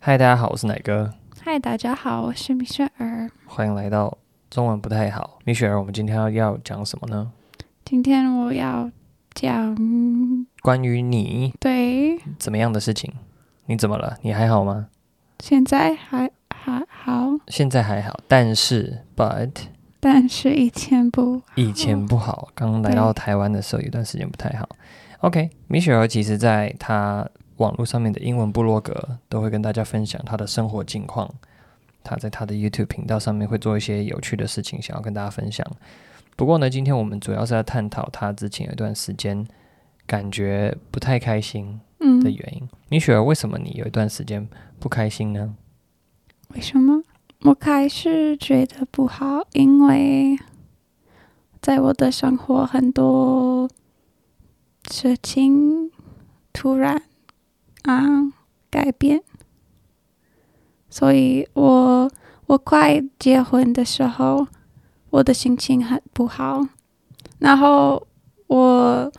嗨，大家好，我是奶哥，嗨，大家好，我是米雪儿。欢迎来到中文不太好。米雪儿，我们今天要要讲什么呢？今天我要讲关于你对怎么样的事情？你怎么了？你还好吗？现在还还好，现在还好，但是 but 但是以前不好以前不好，刚来到台湾的时候有段时间不太好。OK，米雪儿其实在她网络上面的英文部落格都会跟大家分享她的生活近况。她在她的 YouTube 频道上面会做一些有趣的事情，想要跟大家分享。不过呢，今天我们主要是要探讨她之前有一段时间感觉不太开心嗯的原因。米雪儿，为什么你有一段时间不开心呢？为什么？我开始觉得不好，因为在我的生活很多事情突然啊改变，所以我我快结婚的时候，我的心情很不好，然后我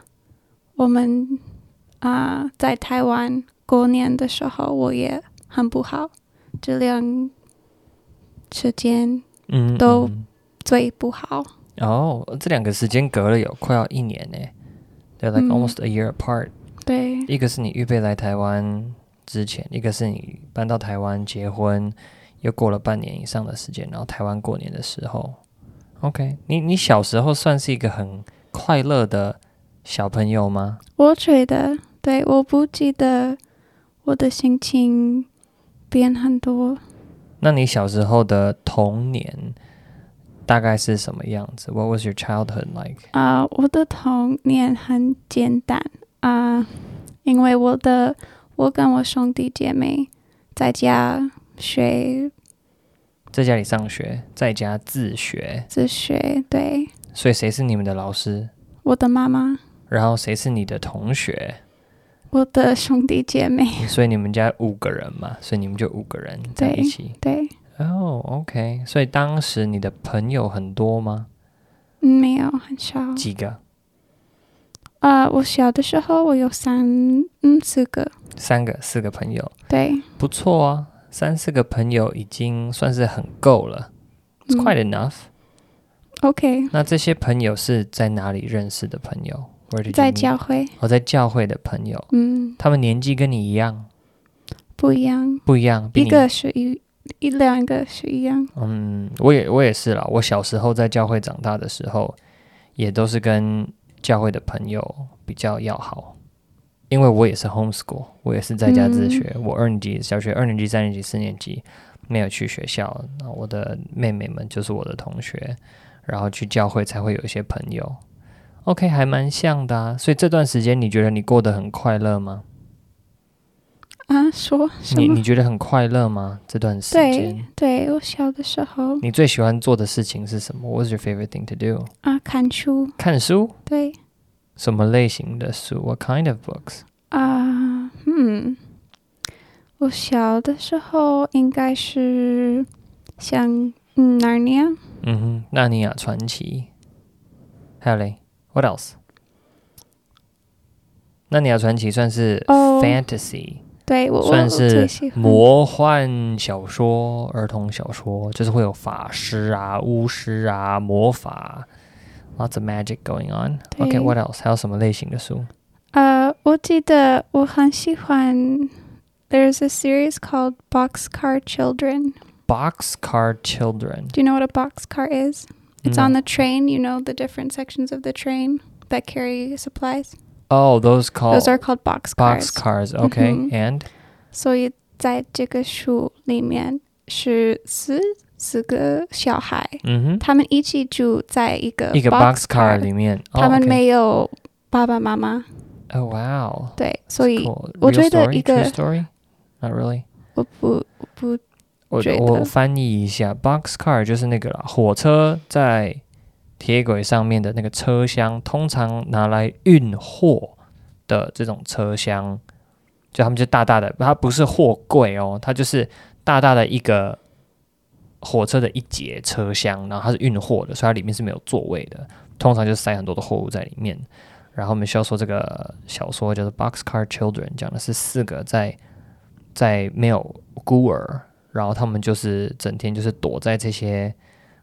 我们啊在台湾过年的时候，我也很不好，这两时间嗯，都嗯最不好。哦，这两个时间隔了有快要一年呢，they're like 嗯 almost a year apart、对，一个是你预备来台湾之前，一个是你搬到台湾结婚，又过了半年以上的时间，然后台湾过年的时候，OK，你你小时候算是一个很快乐的小朋友吗？我觉得，对，我不记得我的心情变很多。那你小时候的童年大概是什么样子？What was your childhood like？啊、我的童年很简单啊、因为我的我跟我兄弟姐妹在家学在家里上学，在家自学，自学，对，所以谁是你们的老师？我的妈妈，然后谁是你的同学？我的兄弟姐妹，所以你们家五个人嘛，所以你们就五个人在一对起。对，哦、o k 所以当时你的朋友很多吗？嗯没有很少。几个？啊、我小的时候我有三嗯四个，三个、四个朋友，对，不错啊，三四个朋友已经算是很够了，It's 嗯 quite enough、 OK，那这些朋友是在哪里认识的朋友？Where did you 在 meet？教会，哦，在教会的朋友，嗯，他们年纪跟你一样，不一样，不一样，比一你个是一一两个是一样，嗯，我也我也是啦。我小时候在教会长大的时候，也都是跟教会的朋友比较要好，因为我也是 homeschool，我也是在家自学。嗯我二年级小学二年级、三年级、四年级没有去学校，那我的妹妹们就是我的同学，然后去教会才会有一些朋友。OK，还蛮像的啊。所以这段时间你觉得你过得很快乐吗？啊，说什你么你？觉得很快乐吗？这段时对间？对，我小的时候你最喜欢做的事情是什么？What's your favorite thing to do？啊，看书，看书，对什么类型的书？What kind of books？啊，嗯，我小的时候应该是像嗯哪儿呢？嗯哼，《纳尼亚传奇》。还有嘞，What else？《纳尼亚传奇》算是哦 fantasy，、对我我算我最是喜欢魔幻小说、儿童小说，就是会有法师啊、巫师啊、魔法，lots of magic going on。对 OK，What、else？还有什么类型的书？呃，我记得我很喜欢。There's a series called Boxcar Children. Boxcar Children， Do you know what a boxcar is? It's No. on the train. You know the different sections of the train that carry supplies. Oh, those called Those are called boxcars. boxcars. Okay, Mhm. and 所以在这个书里面是四四个小孩，嗯哼。他们一起住在一个一个 box car boxcar 里面，哦他们 OK 没有爸爸妈妈。哦，wow，对，所以 cool. 我 Real 觉得 story? 一个 True story，not really 我不我不我。觉我得翻译一下，box car 就是那个啦，火车在铁轨上面的那个车厢，通常拿来运货的这种车厢，就他们就大大的，它不是货柜哦，它就是大大的一个火车的一节车厢，然后它是运货的，所以它里面是没有座位的，通常就塞很多的货物在里面。然后我们需要说这个小说叫做《Boxcar Children》，讲的是四个在在没有孤儿，然后他们就是整天就是躲在这些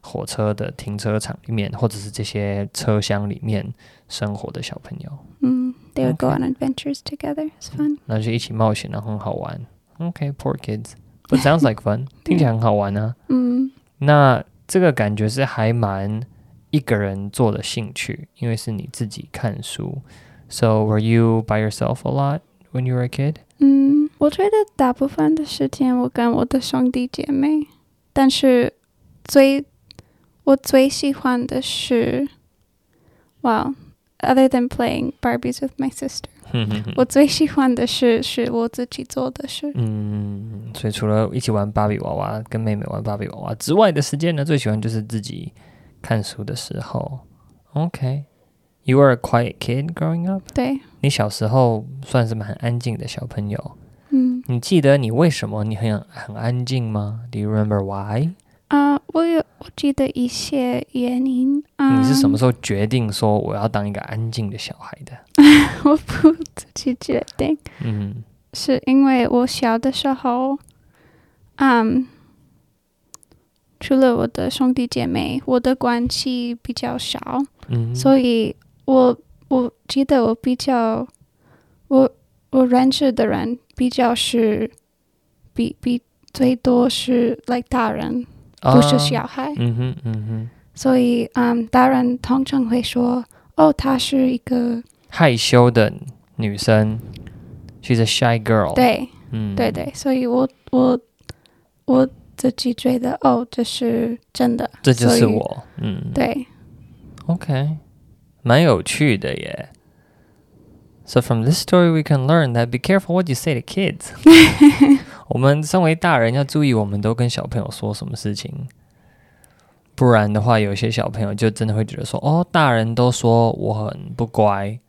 火车的停车场里面，或者是这些车厢里面生活的小朋友， Mm, they would go Okay. on adventures together. It's fun. 那就一起冒险，然后很好玩。OK，poor、kids。But sounds like fun，听起来很好玩啊。 Mm, 那这个感觉是还蛮一个人做的兴趣，因为是你自己看书。So were you by yourself a lot when you were a kid？ 嗯，我觉得大部分的时间我跟我的兄弟姐妹，但是最我最喜欢的是，well, other than playing Barbies with my sister，、我最喜欢的是是我自己做的事。嗯，所以除了一起玩芭比娃娃、跟妹妹玩芭比娃娃之外的时间呢，最喜欢就是自己看书的时候。OK，you、were a quiet kid growing up。对，你小时候算是蛮安静的小朋友。嗯你记得你为什么你很很安静吗？Do you remember why？、啊我有我记得一些原因啊。你是什么时候决定说我要当一个安静的小孩的？候？ 我不自己决定。嗯是因为我小的时候，嗯，除了我的兄弟姐妹，我的关系比较少，嗯，所以我我记得我比较，我我认识的人比较是，比比最多是 like 大人，不是小啊。孩，嗯哼嗯哼，所以嗯，大人通常会说，哦，她是一个，害羞的女生，she's a shy girl。，对，嗯，对对，所以我我我自己觉得哦，这是真的，这就所以是我，嗯，对， ，OK，蛮有趣的耶。So from this story we can learn that be careful what you say to kids 。我们身为大人要注意，我们都跟小朋友说什么事情，不然的话，有些小朋友就真的会觉得说，哦，大人都说我很不乖，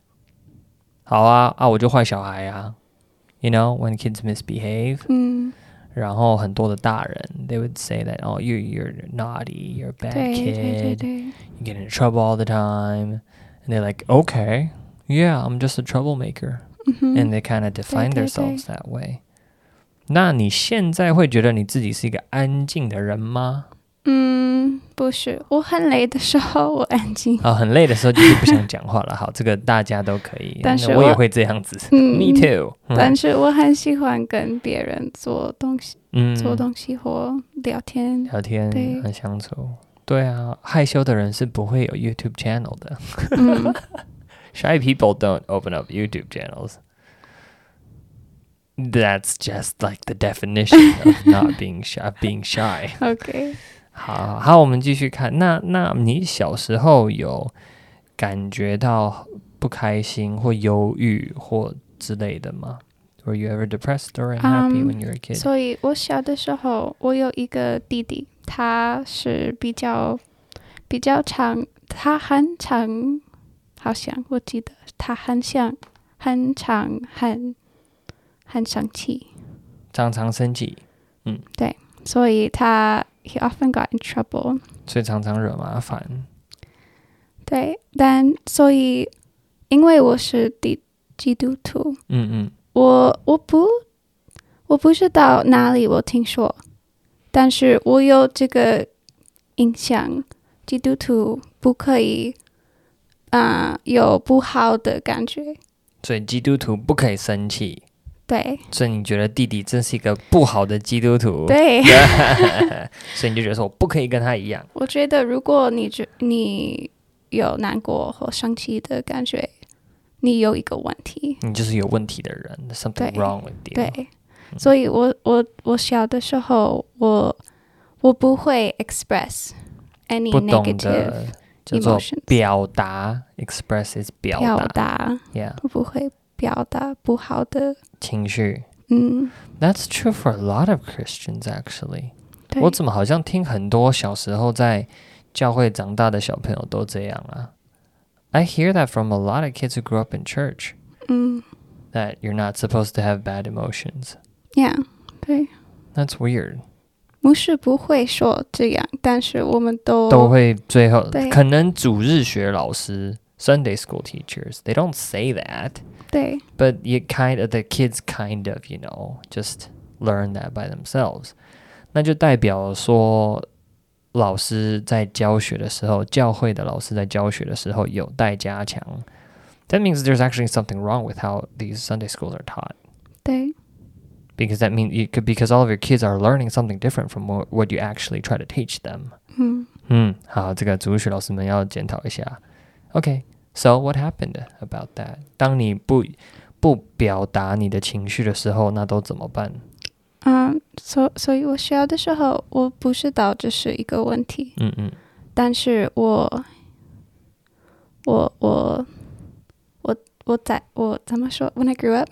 好啊啊，我就坏小孩啊。You know when kids misbehave，嗯，然后很多的大人 they would say that oh you you're naughty, you're a bad 对 kid。对对对， you get in trouble all the time. And they're like, okay, yeah, I'm just a troublemaker. 嗯哼 And they kind of define 对对 themselves that way. 那你现在会觉得你自己是一个安静的人吗？嗯，不是，我很累的时候我安静，啊、很累的时候就是不想讲话了。好，这个大家都可以， 但是那我也我会这样子。嗯 Me too 嗯。 但是我很喜欢跟别人做东西、嗯，做东西或聊天，聊天对和相处，对啊，害羞的人是不会有 YouTube channel 的。嗯 Shy people don't open up YouTube channels. That's just like the definition of not being shy. Being shy. ，OK，好好，我们继续看。那那你小时候有感觉到不开心或忧郁或之类的吗？Were you ever depressed or unhappy Um, when you were a kid? 所以我小的时候我有一个弟弟，他是比较比较长，他很长，好像我记得他很像很长很很生气，常常生气，所以他 he often got in trouble。所以常常惹麻烦。对，但所以因为我是基基督徒，嗯嗯，我我不我不知道哪里我听说，但是我有这个印象，基督徒不可以啊、呃有不好的感觉。所以基督徒不可以生气。对所以你觉得弟弟真是一个不好的基督徒？对， 所以你就觉得说我不可以跟他一样。我觉得如果你觉你有难过或生气的感觉，你有一个问题。你就是有问题的人，there's 对，something wrong with you。对，所以我我我小的时候，我我不会 express any 不懂 negative 得叫做 emotions。表达，express is 表表达达， y e a h 我不会表达不好的，情绪。嗯， That's true for a lot of Christians actually。对，我怎么好像听很多小时候在教会长大的小朋友都这样啊？I hear that from a lot of kids who grew up in church 嗯 that you're not supposed to have bad emotions. ，yeah，对， That's weird. 牧师不会说这样，但是我们都都会最后对可能主日学老师 Sunday school teachers they don't say that, 对 but you kind of the kids kind of you know just learn that by themselves，那就代表说，老师在教学的时候，教会的老师在教学的时候有待加强。That means there's actually something wrong with how these Sunday schools are taught. 对 because that means you could because all of your kids are learning something different from what, what you actually try to teach them. 嗯 Okay, so what happened about that? 当你不不表达你的情绪的时候，那都怎么办？嗯嗯嗯，啊，所所以我学校的时候，我不知道这是一个问题，但是我，我我我我在我怎么说？When I grew up，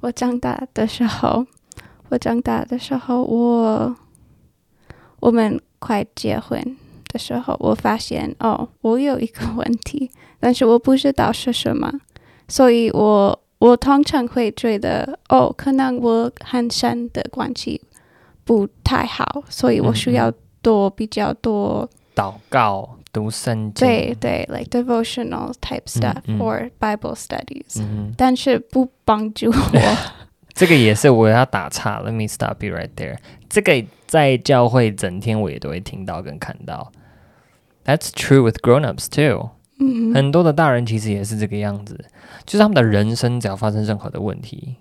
我长大的时候，我长大的时候，我我们快结婚的时候，我发现哦，我有一个问题，但是我不知道是什么，所以我我通常会觉得哦，可能我和神的关系不太好，所以我需嗯嗯要多比较多。长大祷告读圣经，对对，like devotional type stuff、嗯 or Bible studies，、嗯哼。但是不帮助我。这个也是我要打岔，Let me stop you right there。这个在教会整天我也都会听到跟看到。That's true with grown-ups too。 嗯哼很多的大人其实也是这个样子，就是他们的人生只要发生任何的问题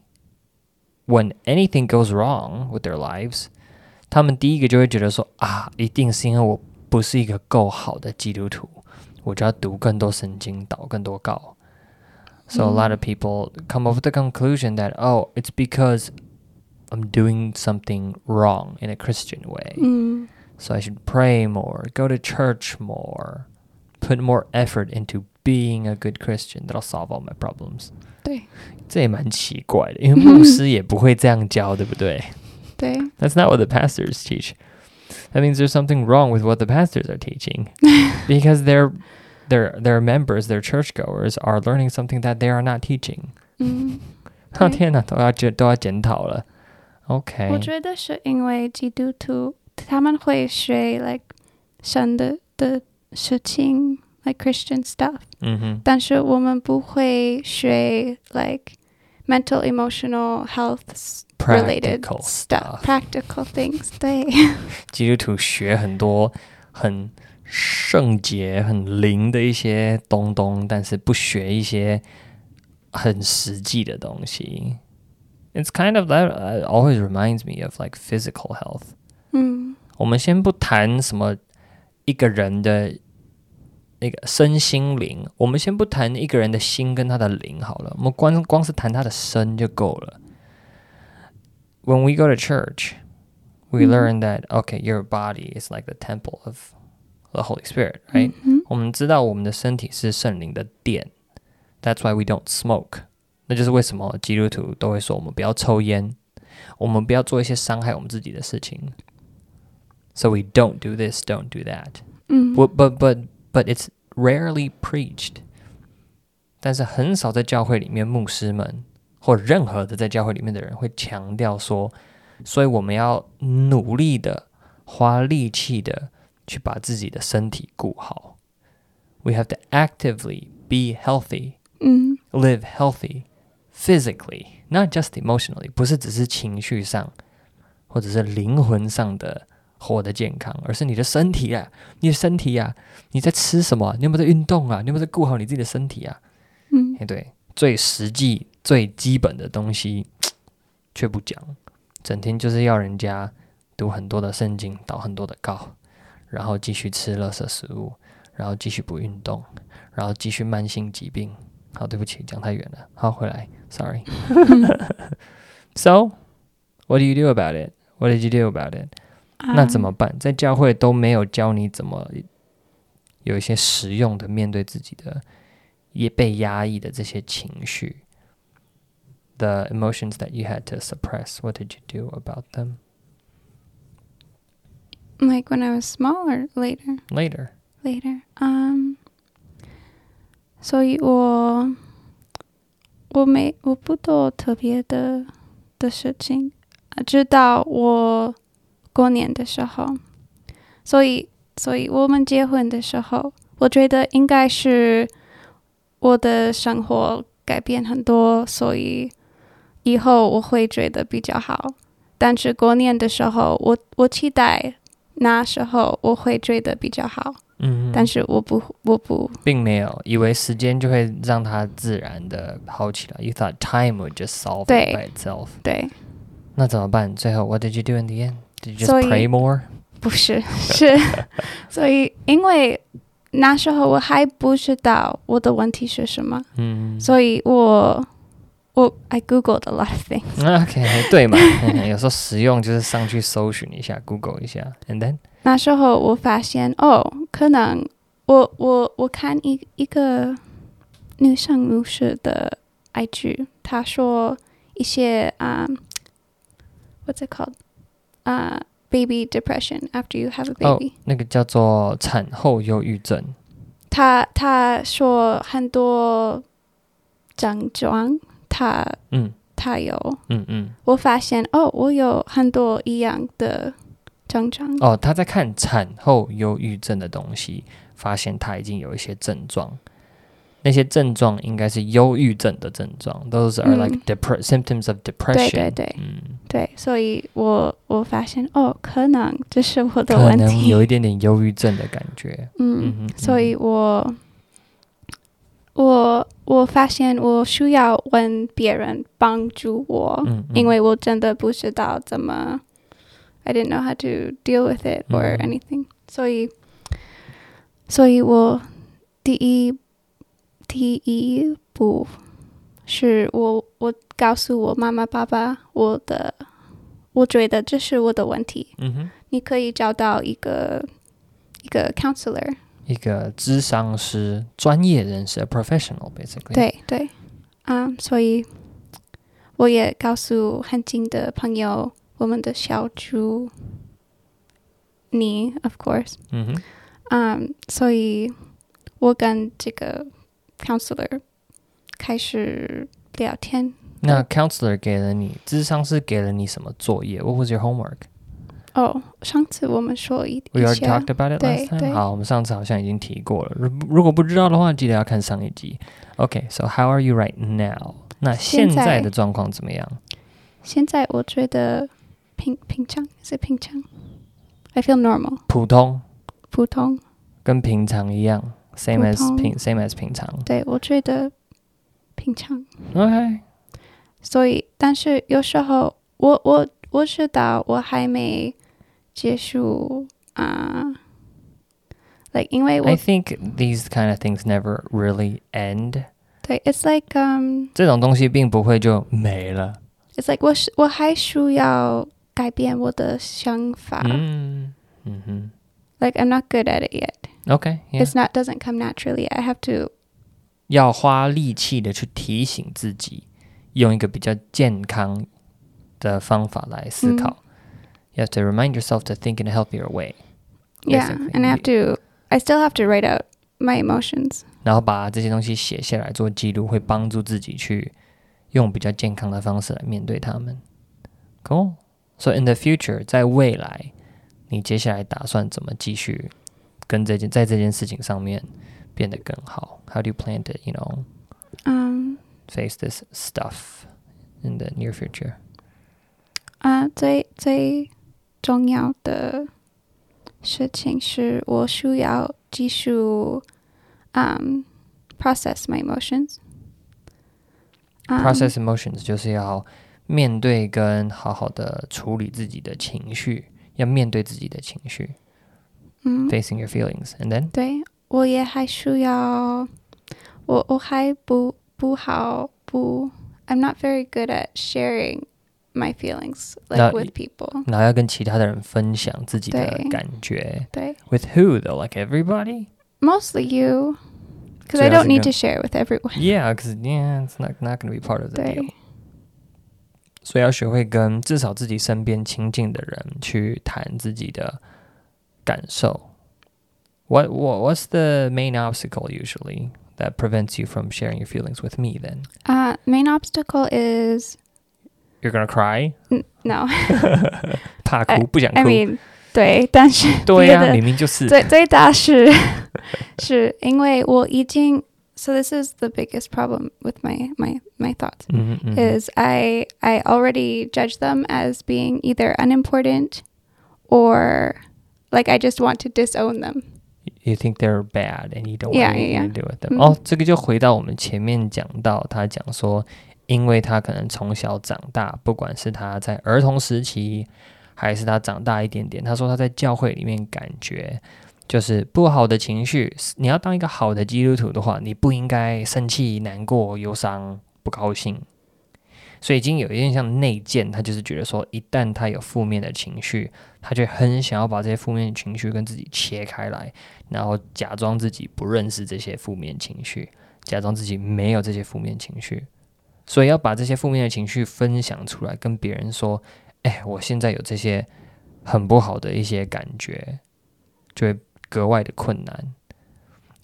，When anything goes wrong with their lives，他们第一个就会觉得说啊，一定是因为我不是一个够好的基督徒，我就要读更多圣经，祷更多告。So a lot of people come up with the conclusion that oh, it's because I'm doing something wrong in a Christian way. 嗯 So I should pray more, go to church more, put more effort into being a good Christian. That'll solve all my problems. 对这也蛮奇怪的，因为牧师也不会这样教，对不对？对 That's not what the pastors teach. That means there's something wrong with what the pastors are teaching, because their their their members, their churchgoers, are learning something that they are not teaching. 嗯，对。 天哪，都要检都要检讨了。OK，我觉得是因为基督徒他们会学 like 神的的事情，like Christian stuff，嗯哼，但是我们不会学 like mental emotional health related Practical stuff stuff. practical things 对。 基督徒学很多很圣洁、很灵的一些东东，但是不学一些很实际的东西。It's kind of that uh, always reminds me of like physical health. 嗯我们先不谈什么一个人的那个身心灵，我们先不谈一个人的心跟他的灵好了，我们光光是谈他的身就够了。When we go to church, we 嗯 learn that okay, your body is like the temple of the Holy Spirit, right? 嗯哼我们知道我们的身体是圣灵的殿，That's why we don't smoke。那就是为什么基督徒都会说我们不要抽烟，我们不要做一些伤害我们自己的事情。So we don't do this, don't do that. 嗯 But but but but it's rarely preached. 但是很少在教会里面，牧师们或任何的在教会里面的人会强调说，所以我们要努力的、花力气的去把自己的身体顾好。We have to actively be healthy, 嗯 live healthy, physically, not just emotionally，不是只是情绪上或者是灵魂上的活得健康，而是你的身体啊，你的身体啊，你在吃什么啊？你有没有在运动啊？你有没有在顾好你自己的身体啊？嗯哎，对，最实际、最基本的东西却不讲，整天就是要人家读很多的圣经，祷很多的告，然后继续吃垃圾食物，然后继续不运动，然后继续慢性疾病。好，对不起，讲太远了。好，回来，sorry。so, what do you do about it? What did you do about it? 那怎么嗯办？在教会都没有教你怎么有一些实用的面对自己的也被压抑的这些情绪，the emotions that you had to suppress. What did you do about them like when I was smaller later later? later um 所以我我没我不做特别的的事情，啊直到我过年的时候，所以所以我们结婚的时候，我觉得应该是我的生活改变很多，所以以后我会觉得比较好。但是过年的时候，我我期待那时候我会觉得比较好，嗯，但是我不我不并没有以为时间就会让它自然的好起来。You thought time would just solve it 对 by itself。对， 那怎么办？最后 What did you do in the end? Did you 所 just 以 pray more? 不是是，所以因为那时候我还不知道我的问题是什么，嗯所以我我 I googled a lot of things。 ，OK，对 嘛？有时候实用就是上去搜寻一下，Google 一下，and then 那时候我发现哦，可能我我我看一一个女生律师的 IG，她说一些啊、w h a t s it called？啊、b a b y depression after you have a 哦 baby、那个叫做产后忧郁症。她她说很多症状，她嗯她有。嗯嗯，我发现哦，我有很多一样的症状。哦，他在看产后忧郁症的东西，发现他已经有一些症状。那些症状应该是忧郁症的症状，those are like 嗯 depre symptoms of depression。对对对。嗯，对，所以我我发现哦，可能这是我的可问能有题。一点点忧郁症的感觉。嗯嗯哼，所以我我我发现我需要问别人帮助我，嗯，嗯哦因为我真的不知道怎么，I didn't know how to deal with it or 嗯 anything、所以，所以我第一第一步是我我告诉我妈妈爸爸我的，我觉得这是我的问题，嗯哼，你可以找到一个一个 counselor，一个智商师，专业人士，a professional basically。，对对，啊、所以我也告诉很近的朋友，我们的小猪，你，of course，嗯哼，啊、所以我跟这个 counselor 开始聊天。那 counselor 给了你，智商师给了你什么作业？What was your homework? 哦，上次我们说一 We 一 already 些 talked about it 对 last time. 对好，我们上次好像已经提过了。如如果不知道的话，记得要看上一集。OK, so how are you right now? 那现现在在的状况怎么样？现在我觉得平平常是平常，I feel normal，普通，普通。跟平常一样，same 普 as 通平 same as 平常。对我觉得平常。 OK，所以，但是有时候我我我知道我还没结束啊、like 因为我 I think these kind of things never really end. 对，it's like um 这种东西并不会就没了。 it's like 我是我还需要改变我的想法、嗯嗯哼 l i k e I'm not good at it yet. ，OK，yeah、 It's not doesn't come naturally. I have to 要花力气的去提醒自己，用一个比较健康的方法来思考。You 嗯 have to remind yourself to think in a healthier way， yeah, Basically, and I have to I still have to write out my emotions. 然后把这些东西写下来做记录，会帮助自己去用比较健康的方式来面对它们。Cool。So in the future，在未来，你接下来打算怎么继续跟这件在这件事情上面变得更好？How do you plan to, you know, 嗯 face this stuff in the near future? 啊，最最重要的事情是我需要继续嗯 process my emotions。嗯 process emotions 就是要面对跟好好的处理自己的情绪，要面对自己的情绪、嗯， f a c i n g your feelings，and then 对，我也还需要，我我还不不好不，I'm not very good at sharing my feelings 那 like with people。然后要跟其他的人分享自己的对感觉。对 With who though? Like everybody? ，mostly you。Because 最 I 好 don't 是跟 need to share with everyone. Yeah, because yeah, it's not not going to be part of the 对 deal.，所以要学会跟至少自己身边亲近的人去谈自己的感受。What what what's the main obstacle usually that prevents you from sharing your feelings with me? Then 啊、m a i n obstacle is you're gonna cry， n- no. 怕哭不想 I 哭。 mean，对， 但是 对呀、别的 明明就是最最大是是因为我已经 so this is the biggest problem with my my my thoughts Mhm, mhm. is I I already judge them as being either unimportant or like I just want to disown them. you think they're bad and you don't Yeah, want anything yeah, to do with 嗯 them。哦，这个就回到我们前面讲到，他讲说，因为他可能从小长大，不管是他在儿童时期，还是他长大一点点，他说他在教会里面感觉。就是不好的情绪，你要当一个好的基督徒的话，你不应该生气、难过、忧伤、不高兴，所以已经有一点像内建，他就是觉得说，一旦他有负面的情绪，他就很想要把这些负面情绪跟自己切开来，然后假装自己不认识这些负面情绪，假装自己没有这些负面情绪，所以要把这些负面的情绪分享出来，跟别人说：“哎，我现在有这些很不好的一些感觉，就会格外的困难。”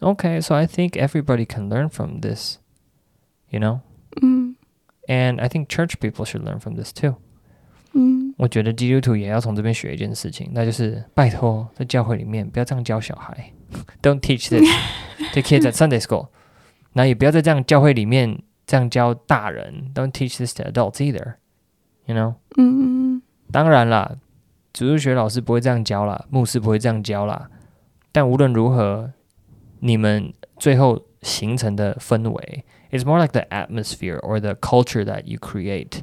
Okay, so I think everybody can learn from this, you know, 嗯 and I think church people should learn from this too. 嗯我觉得基督徒也要从这边学一件事情，那就是拜托在教会里面不要这样教小孩 ，Don't teach this to kids at Sunday school。那也不要在这样教会里面这样教大人，Don't teach this to adults either。You know，嗯嗯当然啦，主日学老师不会这样教啦，牧师不会这样教啦。但无论如何，你们最后形成的氛围，It's more like the atmosphere or the culture that you create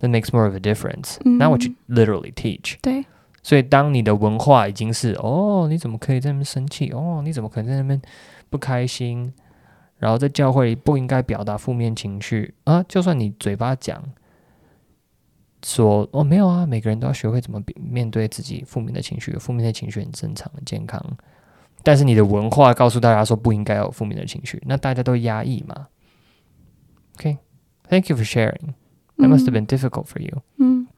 that makes more of a difference, 嗯 not what you literally teach. 对，所以，当你的文化已经是哦，你怎么可以在那边生气？哦，你怎么可能在那边不开心？然后在教会里不应该表达负面情绪啊！就算你嘴巴讲说哦没有啊，每个人都要学会怎么比面对自己负面的情绪，有负面的情绪很正常、很健康。但是你的文化告诉大家说不应该有负面的情绪，那大家都压抑嘛。OK，Thank、you for sharing. That must have Mm, been difficult for you. 嗯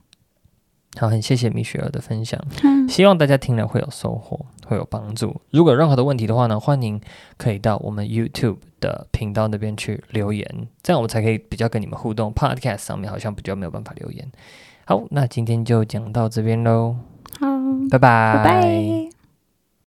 好，很谢谢米雪儿的分享。嗯希望大家听了会有收获，会有帮助。如果有任何的问题的话呢，欢迎可以到我们 YouTube 的频道那边去留言，这样我们才可以比较跟你们互动。Podcast 上面好像比较没有办法留言。好，那今天就讲到这边喽，好，拜拜，拜拜。